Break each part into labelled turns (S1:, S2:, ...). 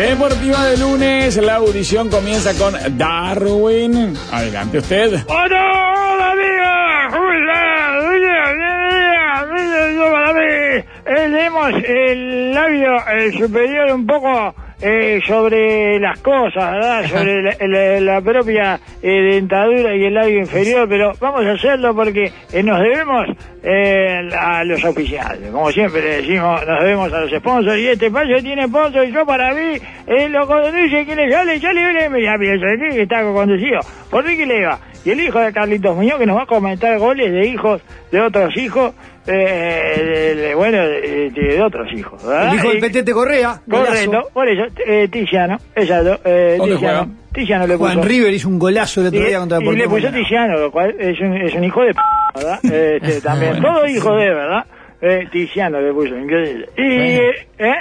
S1: Deportiva de lunes, la audición comienza con Darwin. Adelante usted.
S2: ¡Hola, amiga! ¿Cómo estás? Mira, mira, mira, yo para mí, eh, Tenemos el labio eh, superior un poco eh, sobre las cosas, ¿verdad? Sobre la, la- la propia eh, dentadura y el labio inferior, pero vamos a hacerlo porque eh, nos debemos eh, a los oficiales. Como siempre decimos, nos debemos a los sponsors y este paso tiene sponsors y yo para mí eh, lo conduce que le sale, sale, sale, mira, mira, sale, que está conducido por Ricky Leva. Y el hijo de Carlitos Muñoz que nos va a comentar goles de hijos, de otros hijos, eh, de- de- bueno, de, de otros hijos. ¿verdad?
S3: El hijo del
S2: Ah, Y-
S3: Petete Correa.
S2: Correcto,
S3: golazo.
S2: por eso, eh, Tiziano, exacto, eh,
S1: ¿Dónde
S2: Tiziano,
S1: juega?
S2: Tiziano le puso.
S3: Juan River hizo un golazo el
S2: Y,
S3: otro día contra
S2: y le
S3: Deportivo
S2: puso
S3: Maldonado.
S2: Tiziano, lo cual es un, es un hijo de p, ¿verdad? Este, también, todo hijo de, ¿verdad? Eh, Tiziano le puso, increíble. Y,
S4: Bueno.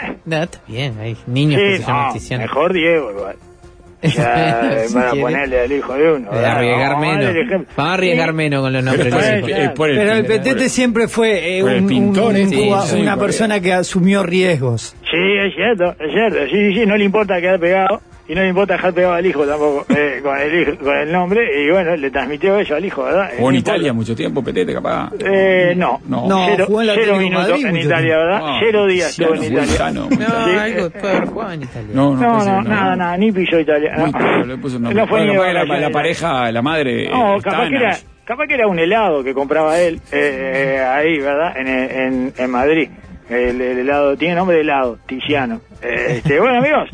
S2: ¿eh?
S4: No, está bien, hay niños que
S2: Sí,
S4: se llaman
S2: no,
S4: Tiziano.
S2: mejor Diego, igual. Ya, eh,
S4: Si
S2: para
S4: quiere.
S2: ponerle al hijo de uno.
S4: Eh,
S2: ¿verdad?
S4: arriesgar
S2: Vamos a darle el
S4: menos.
S2: ejemplo.
S4: Vamos a arriesgar
S2: Y-
S4: menos con los
S1: Pero
S4: nombres.
S1: por
S4: de
S1: el-
S4: los hijos.
S1: eh, por el
S3: Pero el
S1: pintor,
S3: Petete siempre fue eh,
S1: Por el
S3: un-
S1: pintor,
S3: un-
S1: eh,
S3: un
S1: sí,
S3: jugador-
S1: sí,
S3: una
S1: Correa.
S3: persona que asumió riesgos.
S2: Sí, es cierto, es cierto. Sí, sí, sí, no le importa quedar pegado y no le importa dejar pegado al hijo tampoco, eh, con, el hijo- con el nombre. Y bueno, le transmitió eso al hijo, ¿verdad?
S1: O en
S2: Eh,
S1: Italia mucho tiempo, Petete, capaz.
S2: Eh, no.
S1: No.
S3: No,
S2: cero,
S3: jugó en la
S2: cero
S3: Atlético de
S2: minutos
S3: Madrid
S2: en
S3: mucho
S2: Italia,
S3: tiempo.
S2: ¿verdad?
S1: Ah,
S2: cero días
S1: Tiziano,
S2: estuvo en
S1: muy
S2: Italia.
S1: sano, muy
S4: No,
S1: sano.
S2: Sí,
S4: algo
S2: eh,
S4: puede haber jugado en Italia.
S1: No, no,
S2: No,
S1: parece
S2: no,
S1: que
S2: nada, nada, ni pisó Italia.
S1: Muy
S2: no.
S1: pero le puso un nombre.
S2: no fue
S1: Bueno,
S2: ni
S1: capaz
S2: de
S1: que la, la
S2: vacaciones.
S1: pareja, la madre.
S2: No,
S1: eh,
S2: capaz que,
S1: Tana.
S2: era, capaz que era un helado que compraba él eh, eh, ahí, ¿verdad? En, eh, en, en Madrid. El, el helado, tiene nombre de helado, Tiziano. Eh, este, bueno, amigos,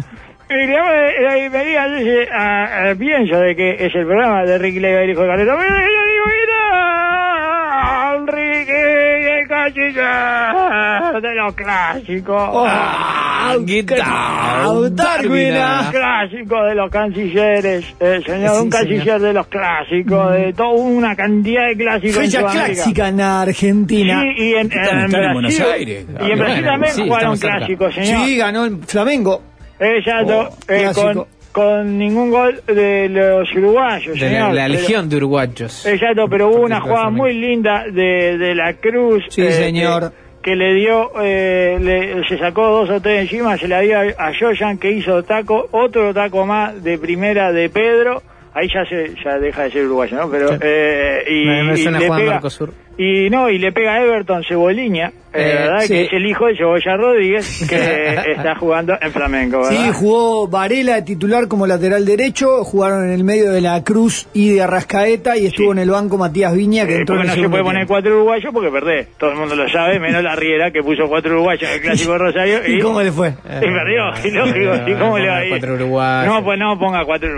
S2: eh, le damos la bienvenida entonces, a, a- pienso de que es el programa de Ricky Leiva, el hijo de Carleta. Pero yo digo, mira, al Ricky, el cachito de los clásicos.
S3: Ah,
S4: ¿qué
S3: ca-
S4: tal,
S3: Darwin, ah.
S4: Darwin,
S2: Clásico de los cancilleres, eh, señor,
S4: Sí,
S2: un canciller
S4: señor.
S2: de los clásicos, de toda una cantidad de clásicos. en
S3: Fecha
S2: Sudamérica.
S3: clásica en
S2: Sí,
S3: Argentina.
S2: y en,
S1: Están-
S2: en
S1: están en
S2: Brasil,
S1: Buenos Aires. Ah,
S2: Y en Brasil
S4: bueno,
S2: también
S4: sí,
S2: jugaron
S4: estamos cerca.
S2: clásicos, señor.
S3: Sí, ganó el Flamengo.
S2: Exacto,
S1: Oh,
S2: eh, con,
S3: clásico.
S2: con ningún gol de los uruguayos,
S4: De la,
S2: señor. eh,
S4: la
S2: Pero-
S4: legión de uruguayos.
S2: Exacto, pero hubo una
S4: Porque
S2: jugada
S4: pasa
S2: muy linda de, de la Cruz. este,
S3: Sí, señor.
S2: Que, que le dio, eh, le- se sacó dos o tres encima, se la dio a, a Joyan que hizo taco, otro taco más de primera de Pedro. Ahí ya se ya deja de ser uruguayo, ¿no? Pero,
S4: Sí.
S2: eh, y,
S4: Me- me
S2: y
S4: suena
S2: le
S4: Juan
S2: pega-
S4: Mercosur.
S2: Y no, y le pega a Everton Ceboliña, eh,
S4: Eh,
S2: ¿verdad?
S3: sí.
S2: Que es el hijo de Cebolla Rodríguez, que está jugando en Flamengo,
S3: Sí,
S2: ¿verdad?
S3: jugó Varela de titular como lateral derecho, jugaron en el medio de la Cruz y de Arrascaeta y estuvo en el banco Matías Viña que
S2: Eh,
S3: entró
S2: porque
S3: en
S2: no
S3: el
S2: se puede
S3: segundo
S2: poner
S3: tiempo.
S2: cuatro uruguayos porque perdés. Todo el mundo lo sabe, menos la Riera que puso cuatro uruguayos en el clásico de Rosario.
S3: ¿Y cómo le fue?
S2: y perdió, y lógico, ¿y cómo le va a ir?
S4: Cuatro uruguayos.
S2: No, pues no ponga cuatro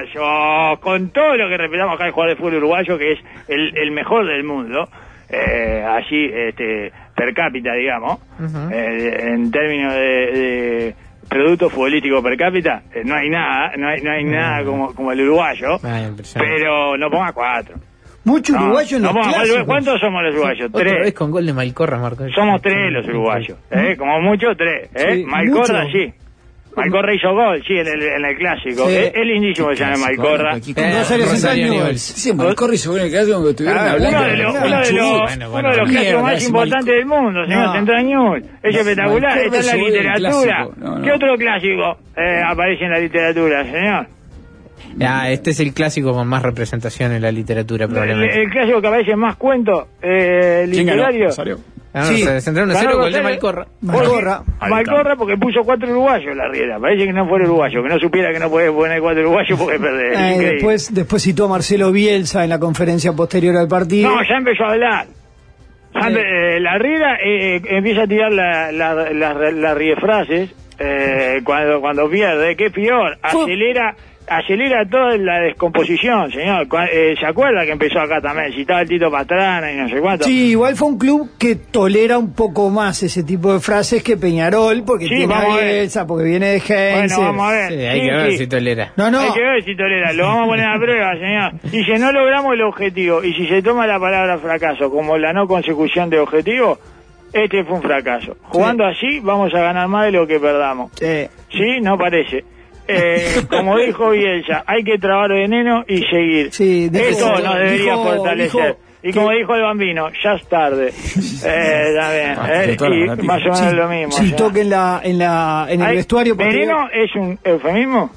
S2: uruguayos. Con todo lo que respetamos acá el jugador de fútbol uruguayo, que es el, el mejor del mundo, eh, así este, per cápita, digamos,
S4: Ujú.
S2: eh, en términos de, de producto futbolístico per cápita, eh, no hay nada, no hay, no hay nada como, como el uruguayo,
S3: Ah,
S4: Ay, impresionante.
S2: pero no ponga cuatro.
S3: Mucho
S2: No,
S3: uruguayo en
S2: no,
S3: pues. los
S2: vamos a ver,
S3: clásicos.
S2: ¿Cuántos somos los uruguayos?
S4: Otra vez
S2: Tres.
S4: con gol de Malcorra, Marco.
S2: Somos tres los uruguayos. ¿eh? Como mucho, tres. ¿eh?
S3: Sí,
S2: Malcorra,
S3: mucho.
S2: sí. Malcorra hizo gol, sí, en el, en el clásico.
S3: Sí.
S2: Es, es lindísimo que se llame Malcorra.
S1: Aquí
S4: Eh,
S1: con
S3: Rosario
S4: Rosario
S3: Central
S4: Newell's.
S3: Newell's.
S1: Sí, Malcorre se pone en el caso como que estuvieran
S3: Ah,
S1: hablando.
S2: Uno de los,
S1: de-
S2: uno de
S1: de-
S2: los,
S4: Bueno, bueno,
S2: uno de los
S1: mierda,
S2: clásicos más
S1: ese
S2: importantes del mundo, señor
S3: No.
S2: Central Newell. Es espectacular,
S1: Malcorra
S2: está en la
S1: llegó del
S2: literatura.
S1: clásico. No, no.
S2: ¿Qué otro clásico eh, aparece en la literatura, señor?
S4: Ah, este es el clásico con más representación en la literatura,
S2: El,
S4: probablemente.
S2: el clásico que aparece en más cuentos eh,
S1: ¿Quién ganó?
S2: literarios.
S1: Rosario.
S4: Ah,
S3: Sí.
S4: se centraron en
S2: Ganó
S4: cero, gol de
S2: Rosario.
S4: Malcorra.
S3: Malcorra.
S2: Porque- Malcorra porque puso cuatro uruguayos la riera. Parece que no fuera uruguayo, que no supiera que no puede poner cuatro uruguayos porque perder.
S3: Eh, después, después citó a Marcelo Bielsa en la conferencia posterior al partido.
S2: No, ya empezó a hablar. Ya empe- eh, la riera eh, eh, empieza a tirar las la, la, la- las riefrases eh, cuando, cuando pierde. Qué peor,
S3: Fu-
S2: acelera... Acelera toda la descomposición, señor. Cua- eh, ¿Se acuerda que empezó acá también? Citaba el Tito Pastrana y no sé cuánto.
S3: Sí, igual fue un club que tolera un poco más ese tipo de frases que Peñarol, porque
S2: Sí,
S3: tiene
S2: vamos
S3: a
S2: a ver.
S3: Bielsa, porque viene de Heinz.
S2: Bueno, vamos a ver.
S4: Sí, hay
S2: Sí,
S4: que ver
S2: sí.
S4: si tolera.
S3: No,
S2: Hay
S3: no,
S2: que ver si tolera, lo vamos a poner a prueba, señor. Dice, no logramos el objetivo. Y si se toma la palabra fracaso como la no consecución de objetivo, este fue un fracaso. Jugando así, vamos a ganar más de lo que perdamos.
S3: Sí.
S2: ¿Sí? No parece. Eh, como dijo Bielsa, hay que trabar veneno y seguir.
S3: Sí, dijo-
S2: Eso nos debería
S3: dijo-
S2: fortalecer.
S3: dijo-
S2: Y como dijo el bambino, ya es tarde. Eh, también,
S1: Ah, de
S2: eh,
S1: todas las
S2: y
S1: latas.
S2: más o menos
S3: Sí,
S2: lo mismo.
S3: sí,
S2: o sea.
S3: toque en, la, en, la, en el
S2: Ay,
S3: vestuario. porque-
S2: ¿Veneno es un eufemismo?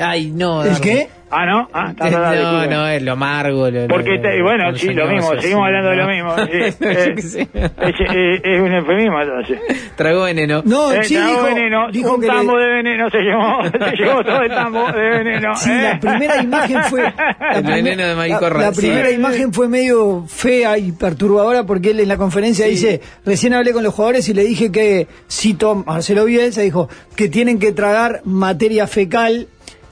S4: Ay, no.
S3: ¿El
S4: Darwin.
S3: qué?
S2: Ah, no. Ah, está, está,
S3: Eh,
S2: está,
S4: No,
S2: disculpe.
S4: no, es lo amargo. lo- lo-
S2: Porque, te- y bueno,
S4: lo
S2: sí, lo
S4: enseñoso,
S2: mismo,
S4: sí,
S2: seguimos hablando de
S4: no.
S2: lo mismo. sí.
S4: Yo qué sé.
S2: Eh, es, eh, es un eufemismo, entonces.
S4: Tragó veneno.
S3: No,
S2: Eh,
S3: sí,
S2: tragó
S3: dijo,
S2: veneno,
S3: dijo
S2: un
S3: que le-
S2: tambo de veneno se llevó, se llevó todo el tambo de veneno.
S3: Sí,
S2: eh.
S3: la primera imagen fue. la
S4: El
S3: primer-
S4: veneno de Marie
S3: la-
S4: Corral,
S3: La,
S4: sí.
S3: primera
S4: Sí.
S3: imagen fue medio fea y perturbadora porque él en la conferencia dice: Recién hablé con los jugadores y le dije que, ah, cito Marcelo Bielsa, dijo que tienen que tragar materia fecal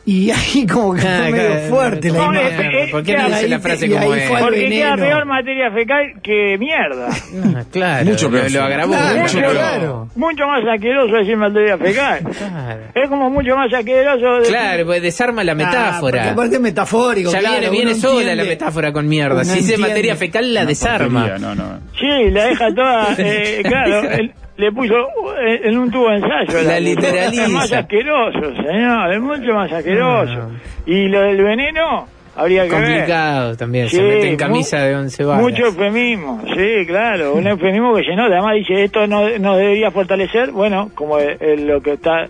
S3: y ahí como que
S4: Ah,
S3: fue medio
S4: claro,
S3: fuerte la
S2: no,
S3: imagen.
S2: imagen.
S4: eh, ¿Por qué no
S2: Claro,
S4: dice la
S3: ahí-
S4: frase
S3: y
S4: como
S3: ahí
S4: es?
S3: fue-
S2: Porque queda
S3: veneno.
S2: peor materia fecal que mierda.
S4: Ah, claro,
S1: Mucho
S4: lo,
S1: peor.
S4: lo agravó.
S3: Claro,
S4: mucho,
S3: claro.
S4: claro.
S2: Mucho más asqueroso decir materia fecal.
S4: Claro.
S2: Es como mucho más asqueroso. decir-
S4: Claro, pues desarma la
S3: Ah,
S4: metáfora.
S3: porque aparte es metafórico.
S4: ya
S3: claro,
S4: viene,
S3: uno
S4: viene sola
S3: entiende.
S4: la metáfora con mierda.
S3: Uno
S4: Si dice
S3: entiende.
S4: materia fecal, la
S1: Una
S4: desarma.
S1: porquería, No, no.
S2: Sí, la deja toda, eh, claro, él le puso eh, en un tubo de ensayo.
S4: La
S2: puso.
S4: literaliza.
S2: Es más asqueroso, señor, es mucho más asqueroso. Y lo del veneno, habría que ver.
S4: Ah. Complicado también. se
S2: Sí,
S4: mete en
S2: mu-
S4: camisa de once varas.
S2: Mucho eufemismo, sí, claro, un eufemismo que llenó. Además dice, esto no, nos debería fortalecer, bueno, como eh, eh, lo que está...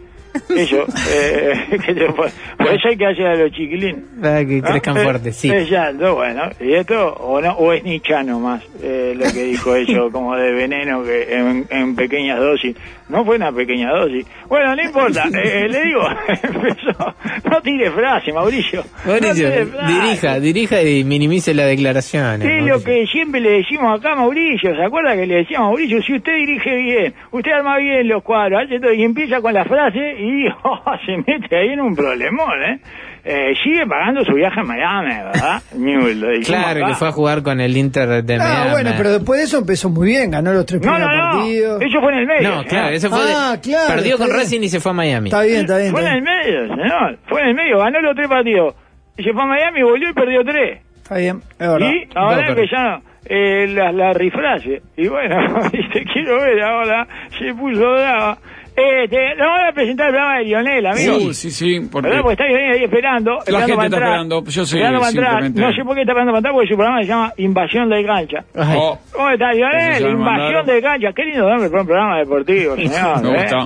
S2: Eso, eh, que te- por eso hay que hacer a los chiquilín.
S4: Para Ah, que crezcan
S2: Eh,
S4: fuertes, sí.
S2: Exacto, bueno. ¿Y esto o no? ¿O es nichano más eh, lo que dijo eso, como de veneno que en, en pequeñas dosis? No fue una pequeña dosis. Bueno, no importa. eh, eh, le digo, empezó. No tire frase, Mauricio. No
S4: Mauricio,
S2: tire frase.
S4: dirija, dirija y minimice las declaraciones.
S2: Sí,
S4: Mauricio.
S2: lo que siempre le decimos acá a Mauricio, ¿se acuerda que le decíamos a Mauricio? Si usted dirige bien, usted arma bien los cuadros, hace todo, y empieza con la frase y oh, se mete ahí en un problemón, ¿eh? Eh, sigue pagando su viaje a Miami, ¿verdad? Newell, lo dijimos
S4: Claro, que
S2: acá.
S4: fue a jugar con el Inter de
S3: Ah,
S4: Miami.
S3: bueno, pero después de eso empezó muy bien, ganó los tres
S2: No,
S3: primeros
S2: no, no,
S3: partidos.
S2: eso fue en el medio.
S4: No, claro,
S2: señor.
S4: eso fue. de-
S3: Ah, claro,
S4: perdió
S3: está
S4: con
S3: bien.
S4: Racing y se fue a Miami.
S3: Está bien, está bien.
S2: Fue en
S3: está
S2: el
S3: bien.
S2: medio, señor, fue en el medio, ganó los tres partidos. Y se fue a Miami, volvió y perdió tres.
S3: Está bien, es verdad.
S2: Y ahora
S4: Doctor.
S2: empezaron eh, las la rifrases. Y bueno, y te quiero ver ahora, se puso brava. Este, le vamos a presentar el programa de Lionel, amigo.
S1: Sí, sí, sí. Porque...
S2: ¿Verdad? Porque está Lionel ahí esperando. esperando
S1: gente está
S2: para entrar,
S1: esperando, yo sé,
S2: esperando para entrar.
S1: simplemente-
S2: No sé por qué está esperando para entrar, porque su programa se llama Invasión de Cancha.
S4: Ay,
S1: Oh,
S2: ¿Cómo está
S1: Eso
S2: Lionel?
S1: ya me
S2: Invasión
S1: mandaron.
S2: de Cancha. Qué lindo nombre para un programa deportivo, señor.
S1: Me
S2: ¿eh?
S1: gusta.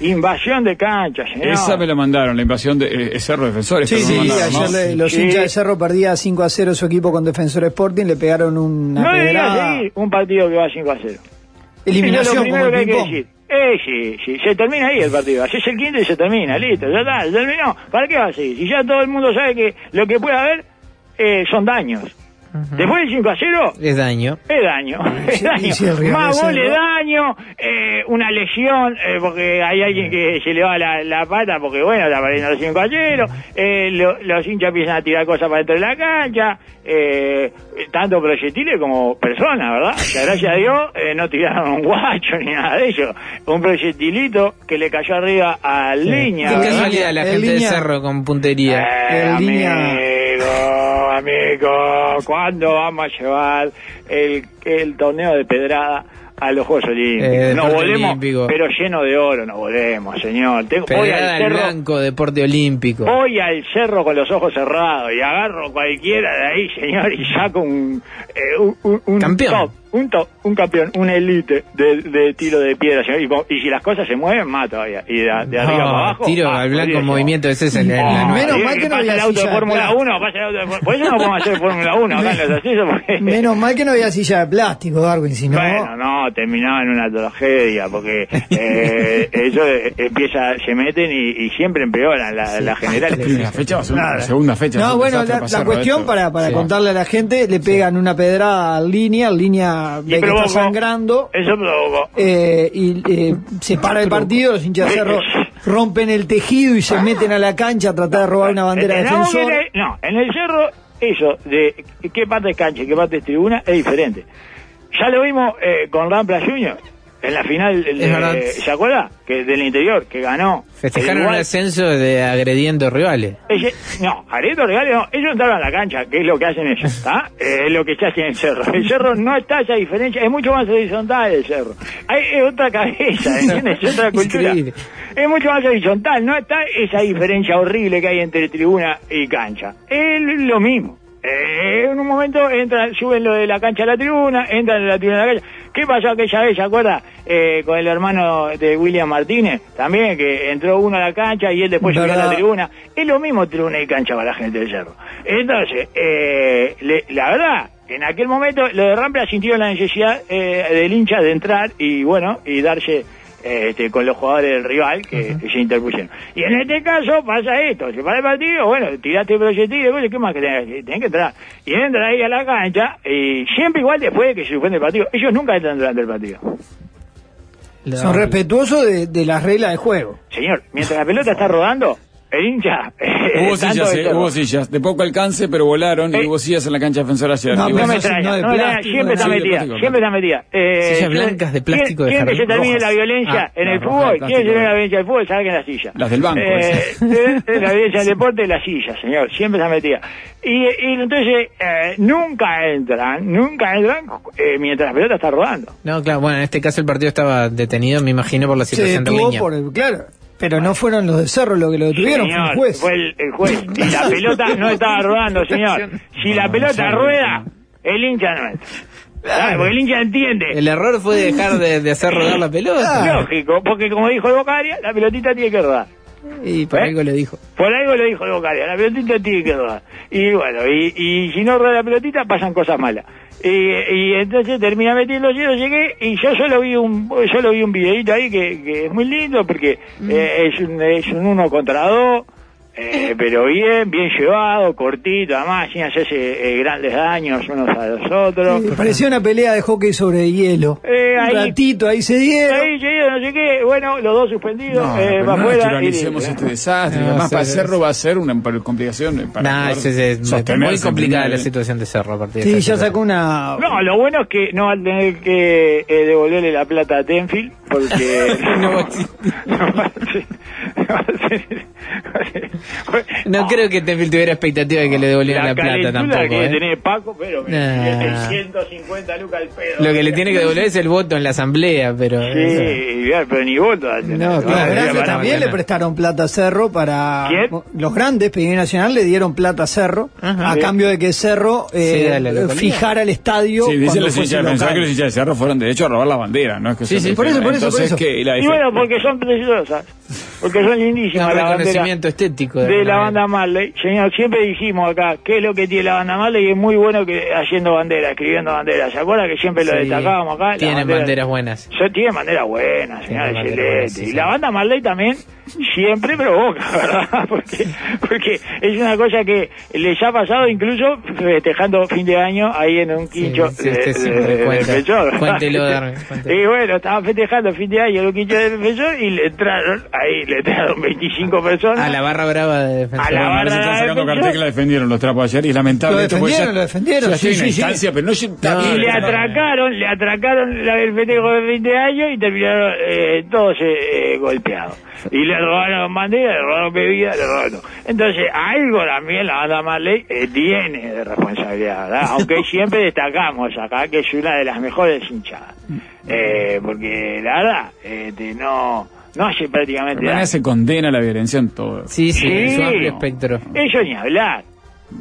S2: Invasión de Cancha, señor.
S1: esa me la mandaron, la invasión de eh, Cerro Defensores.
S3: Sí,
S1: pero me
S3: sí,
S1: mandaron,
S3: ayer
S1: ¿no?
S3: le- los
S2: Sí.
S3: hinchas de Cerro perdía 5 a 0 su equipo con Defensor Sporting, le pegaron una
S2: No le digas
S3: pedrada.
S2: ahí un partido que va 5 a 0.
S3: Eliminación
S2: Eso es lo primero
S3: como el
S2: que hay que
S3: ping-pong.
S2: decir. Eh, sí, sí, se termina ahí el partido. Así es el quinto y se termina, listo, ya está, se terminó. ¿Para qué va a seguir? Si ya todo el mundo sabe que lo que puede haber eh, son daños. Después del 5 a 0,
S4: es daño.
S2: es daño. Es
S3: sí, y si el
S2: daño.
S3: River
S2: Más
S3: le
S2: goles,
S3: cerró.
S2: daño, eh, una lesión, eh, porque hay alguien que se le va la, la pata, porque bueno, está perdiendo los 5 a 0, eh, lo- los hinchas empiezan a tirar cosas para dentro de la cancha, eh, tanto proyectiles como personas, ¿verdad? Que gracias a Dios eh, no tiraron un guacho ni nada de eso. Un proyectilito que le cayó arriba a Leña.
S4: Qué
S3: El
S2: ¿verdad?
S4: casualidad la
S3: el
S4: gente de
S3: línea.
S4: Cerro con puntería.
S2: Eh,
S3: En línea.
S2: Amigo, amigo, ¿cuándo vamos a llevar el, el torneo de pedrada a los Juegos Olímpicos?
S4: Eh,
S2: nos
S4: deporte
S2: volvemos,
S4: olímpico.
S2: pero lleno de oro nos volvemos, señor. Tengo, voy
S4: Pedrada
S2: al
S4: al
S2: cerro,
S4: blanco, deporte olímpico.
S2: voy al cerro con los ojos cerrados y agarro cualquiera de ahí, señor, y saco un, eh, un, un- un
S4: Campeón.
S2: top, un top, un campeón, un elite de, de tiro de piedra, señor. Y, con- y si las cosas se mueven, más todavía. Y de, de arriba
S4: No,
S2: para abajo.
S4: Ah,
S2: Ah,
S4: tiro
S2: más
S4: al blanco
S2: todavía,
S4: en
S2: señor.
S4: movimiento, ese es el, el- la
S2: Ah,
S4: nueva.
S3: Menos
S2: sí,
S3: mal que no
S2: pasa
S3: había
S2: el auto
S3: silla
S2: de
S3: de
S2: Fórmula
S3: plata.
S2: 1, pasa el auto de Fórmula Por eso no podemos hacer Fórmula 1 acá en los asientos, porque...
S3: Menos mal que no había silla de plástico, Darwin, si no.
S2: Bueno, no, terminaba en una tragedia, porque eh, ellos eh, empieza, se meten y, y siempre empeoran la, la general.
S1: La primera fecha, la segunda, la segunda fecha.
S3: No,
S1: fue un
S3: bueno,
S1: desastre
S3: la,
S1: para
S3: la
S1: Cerro
S3: cuestión
S1: esto.
S3: para, para
S1: Sí.
S3: contarle a la gente, le pegan una pedrada al línea, al línea
S2: Y
S3: ve que
S2: provocó.
S3: está sangrando,
S2: Eso provocó.
S3: eh, y eh, se para el partido, los hinchas de cerro rompen el tejido y se meten a la cancha a tratar de robar una bandera
S2: Entendamos que
S3: defensor.
S2: en Ah. el- no, en el cerro, eso, de qué parte es cancha y qué parte es tribuna, es diferente. Ya lo vimos eh, con Rampla Junior, en la final, el
S4: Es verdad.
S2: de, ¿se acuerda? Que, del interior, que ganó.
S4: Festejaron un
S2: Uruguay.
S4: ascenso de agrediendo rivales.
S2: Ese- no, Areto Regales no, ellos entraron a la cancha, que es lo que hacen ellos, ¿está? Eh, es lo que se hace en el cerro. El cerro no está esa diferencia, es mucho más horizontal el cerro. Hay, es otra cabeza, ¿entiendes? Es otra cultura.
S4: Increíble.
S2: Es mucho más horizontal, no está esa diferencia horrible que hay entre tribuna y cancha. Es lo mismo. Eh, en un momento entra, suben lo de la cancha a la tribuna, entran de la tribuna a la cancha. ¿Qué pasó aquella vez, se acuerda? Eh, con el hermano de William Martínez, también, que entró uno a la cancha y él después subió a la
S3: ¿Verdad?
S2: tribuna. Es lo mismo tribuna y cancha para la gente del cerro. Entonces, eh, le- la verdad, en aquel momento lo de Rampla sintieron la necesidad eh, del hincha de entrar y bueno, y darse eh, este, con los jugadores del rival que se interpusieron. Y en este caso pasa esto, se para el partido, bueno, tiraste el proyectil, bueno, ¿qué más que tenés? que hacer? Tenés que entrar. Y entra ahí a la cancha y siempre igual después de que se suspende el partido. Ellos nunca entran durante el partido.
S4: La-
S3: Son respetuosos de, de las reglas de juego.
S2: Señor, mientras la pelota está rodando, el hincha...
S1: Hubo
S2: tanto
S1: sillas,
S2: de
S1: eh,
S2: todo.
S1: hubo sillas. De poco alcance, pero volaron y
S2: Eh.
S1: hubo sillas en la cancha defensora ayer.
S3: No,
S1: Y
S2: No
S3: pero
S1: bueno,
S2: me
S3: no sé,
S2: extraña,
S3: no de
S2: no me extraña,
S3: plástico,
S2: siempre
S3: de-
S2: está
S1: sí, de
S2: metida,
S1: plástico,
S2: siempre está metida. Eh,
S4: Sillas
S2: ¿quién-
S4: blancas de plástico de
S2: ¿Quién, quién que
S4: jardín,
S2: se termine la
S4: rojas.
S2: violencia
S1: Ah,
S2: en
S1: las
S2: el
S1: rojas de
S2: fútbol? ¿Quién se
S1: plástico.
S2: termine la violencia del fútbol? Salgan las sillas.
S1: Las del banco,
S2: Eh,
S1: esas.
S2: eh, la violencia del deporte, las sillas, señor, siempre está metida. Y, y entonces, eh, nunca entran, nunca entran eh, mientras la pelota está rodando.
S4: No, claro, bueno, en este caso el partido estaba detenido, me imagino, por la
S3: Se
S4: situación de
S3: detuvo
S4: Guiña.
S3: por el- Claro, pero no fueron los de Cerro lo que lo detuvieron, fue
S2: Señor,
S3: un juez.
S2: fue el, el juez. Y la pelota no estaba rodando, señor. Si la pelota rueda, el hincha no entra. Claro, Porque el hincha entiende.
S4: El error fue dejar de, de hacer rodar la pelota.
S3: Ah.
S2: Lógico, porque como dijo el Bocaria, la pelotita tiene que rodar.
S4: Y por
S2: ¿Eh?
S4: algo le dijo.
S2: Por algo lo dijo el Bocaria, la pelotita tiene que rodar. Y bueno, y, y si no rueda la pelotita, pasan cosas malas. Y, y entonces termina metiendo, yo llegué y yo solo vi un solo vi un videito ahí que, que es muy lindo porque eh, es, un, es un uno contra dos, eh, pero bien, bien llevado, cortito, además sin hacerse eh, grandes daños unos a los otros.
S3: Eh, parecía una pelea de hockey sobre hielo.
S2: Eh,
S3: un
S2: ahí-
S3: ratito, ahí se dieron.
S2: Ahí, yo no sé qué, bueno, los dos suspendidos,
S1: No,
S2: eh,
S1: pero
S2: va
S1: no
S2: afuera y
S1: naturalicemos
S2: listo.
S1: este desastre.
S4: No,
S1: Además,
S4: se-
S1: para el Cerro va a ser una par- complicación. eh, Para
S4: Nah,
S1: poder
S4: es, es- es muy
S1: sostenerse en
S4: complicada la
S1: primera.
S4: situación de Cerro a partir de
S3: Sí,
S4: esta
S3: ya
S4: situación.
S3: sacó una.
S2: No, lo bueno es que no va a tener que eh, devolverle la plata a Tenfield, porque...
S4: No va a existir.
S2: No va a ser- no va a ser- va a ser-
S4: No creo que Tenfield tuviera expectativa de que le devolvieran la, plata
S2: calentura
S4: tampoco.
S2: que
S4: ¿eh?
S2: tiene Paco, pero me
S4: Nah.
S2: 650 lucas al pedo.
S4: Lo que le tiene que devolver es el voto en la asamblea, pero...
S2: Sí, ya, pero ni voto va a tener.
S3: No,
S4: No,
S3: los
S4: claro,
S3: grandes
S4: para
S3: también
S4: mañana.
S3: le prestaron plata a Cerro para.
S2: ¿Quién?
S3: Los grandes, Peñarol Nacional, le dieron plata a Cerro
S4: Ajá.
S3: a
S2: Sí.
S3: cambio de que Cerro eh,
S4: Sí, a la localidad.
S3: fijara el estadio.
S1: Sí, dicen
S3: cuando
S1: los
S3: fuese
S1: hinchas,
S3: local.
S1: pensaba que los hinchas de Cerro fueron de hecho a robar la bandera, ¿no? Es que
S4: Sí,
S1: se
S4: sí,
S1: refieren.
S3: por eso, por eso, por
S1: Entonces,
S3: eso.
S1: ¿qué? Y la
S2: Y bueno, porque son preciosas, porque son
S4: No,
S2: lindísimas
S4: un
S2: las banderas.
S4: reconocimiento estético.
S2: de la
S4: alguna
S2: banda Marley. Señor, siempre dijimos acá qué es lo que tiene la banda Marley y es muy bueno que haciendo bandera, escribiendo bandera. ¿Se acuerda que siempre lo
S4: Sí,
S2: destacábamos acá? La
S4: Tienen
S2: bandera-
S4: banderas buenas.
S2: Yo tiene bandera buena, señor,
S4: bandera buena,
S2: excelente.
S4: sí,
S2: y
S4: señor.
S2: la banda Marley también siempre provoca, ¿verdad? Porque, porque es una cosa que les ha pasado incluso festejando fin de año ahí en un quincho
S4: sí,
S2: de,
S4: usted
S2: de,
S4: siempre
S2: de
S4: cuenta.
S2: Defensor, ¿verdad?
S4: Cuéntelo, Darwin, cuéntelo.
S2: Y bueno, estaban festejando fin de año en un quincho de defensor y le entraron, ahí le entraron 25 personas.
S4: A la barra brava de defensa.
S2: A la
S1: Bueno,
S2: barra
S1: ahora Ah, se están
S2: de
S1: sacando
S2: defensa.
S1: cartel que la defendieron los trapos ayer y es lamentable.
S3: Lo
S1: esto, porque
S3: defendieron,
S1: ya-
S3: lo defendieron,
S1: ya
S3: sí,
S1: tiene
S3: sí, sí.
S1: instancia, pero no está
S4: No,
S1: bien.
S2: Y le
S4: no,
S2: atracaron, le atracaron la, el festejo de fin de año y terminaron eh, todos eh, eh, golpeados. Y le robaron banderas, le robaron bebidas, le robaron. todo. Entonces, algo también la banda Marley eh, tiene de responsabilidad, ¿verdad? Aunque siempre destacamos acá que es una de las mejores hinchadas.
S4: Mm.
S2: Eh, porque la verdad, este, no, no hace prácticamente
S1: Pero
S2: nada.
S1: mañana se condena la violencia en todo.
S4: Sí, sí, en su amplio
S2: Sí.
S4: espectro.
S2: Eso ni hablar.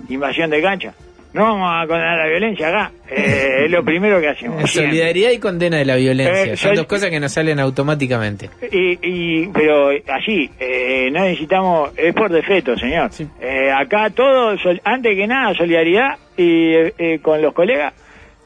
S2: Invasión de cancha. No vamos a condenar la violencia acá. Eh, es lo primero que hacemos.
S4: En Solidaridad y condena de la violencia.
S2: Eh,
S4: Son
S2: yo-
S4: dos cosas que nos salen automáticamente.
S2: Y, y- pero así, eh, no necesitamos, es por defecto, señor.
S4: Sí.
S2: Eh, acá todo, sol- antes que nada, solidaridad y, eh, eh, con los colegas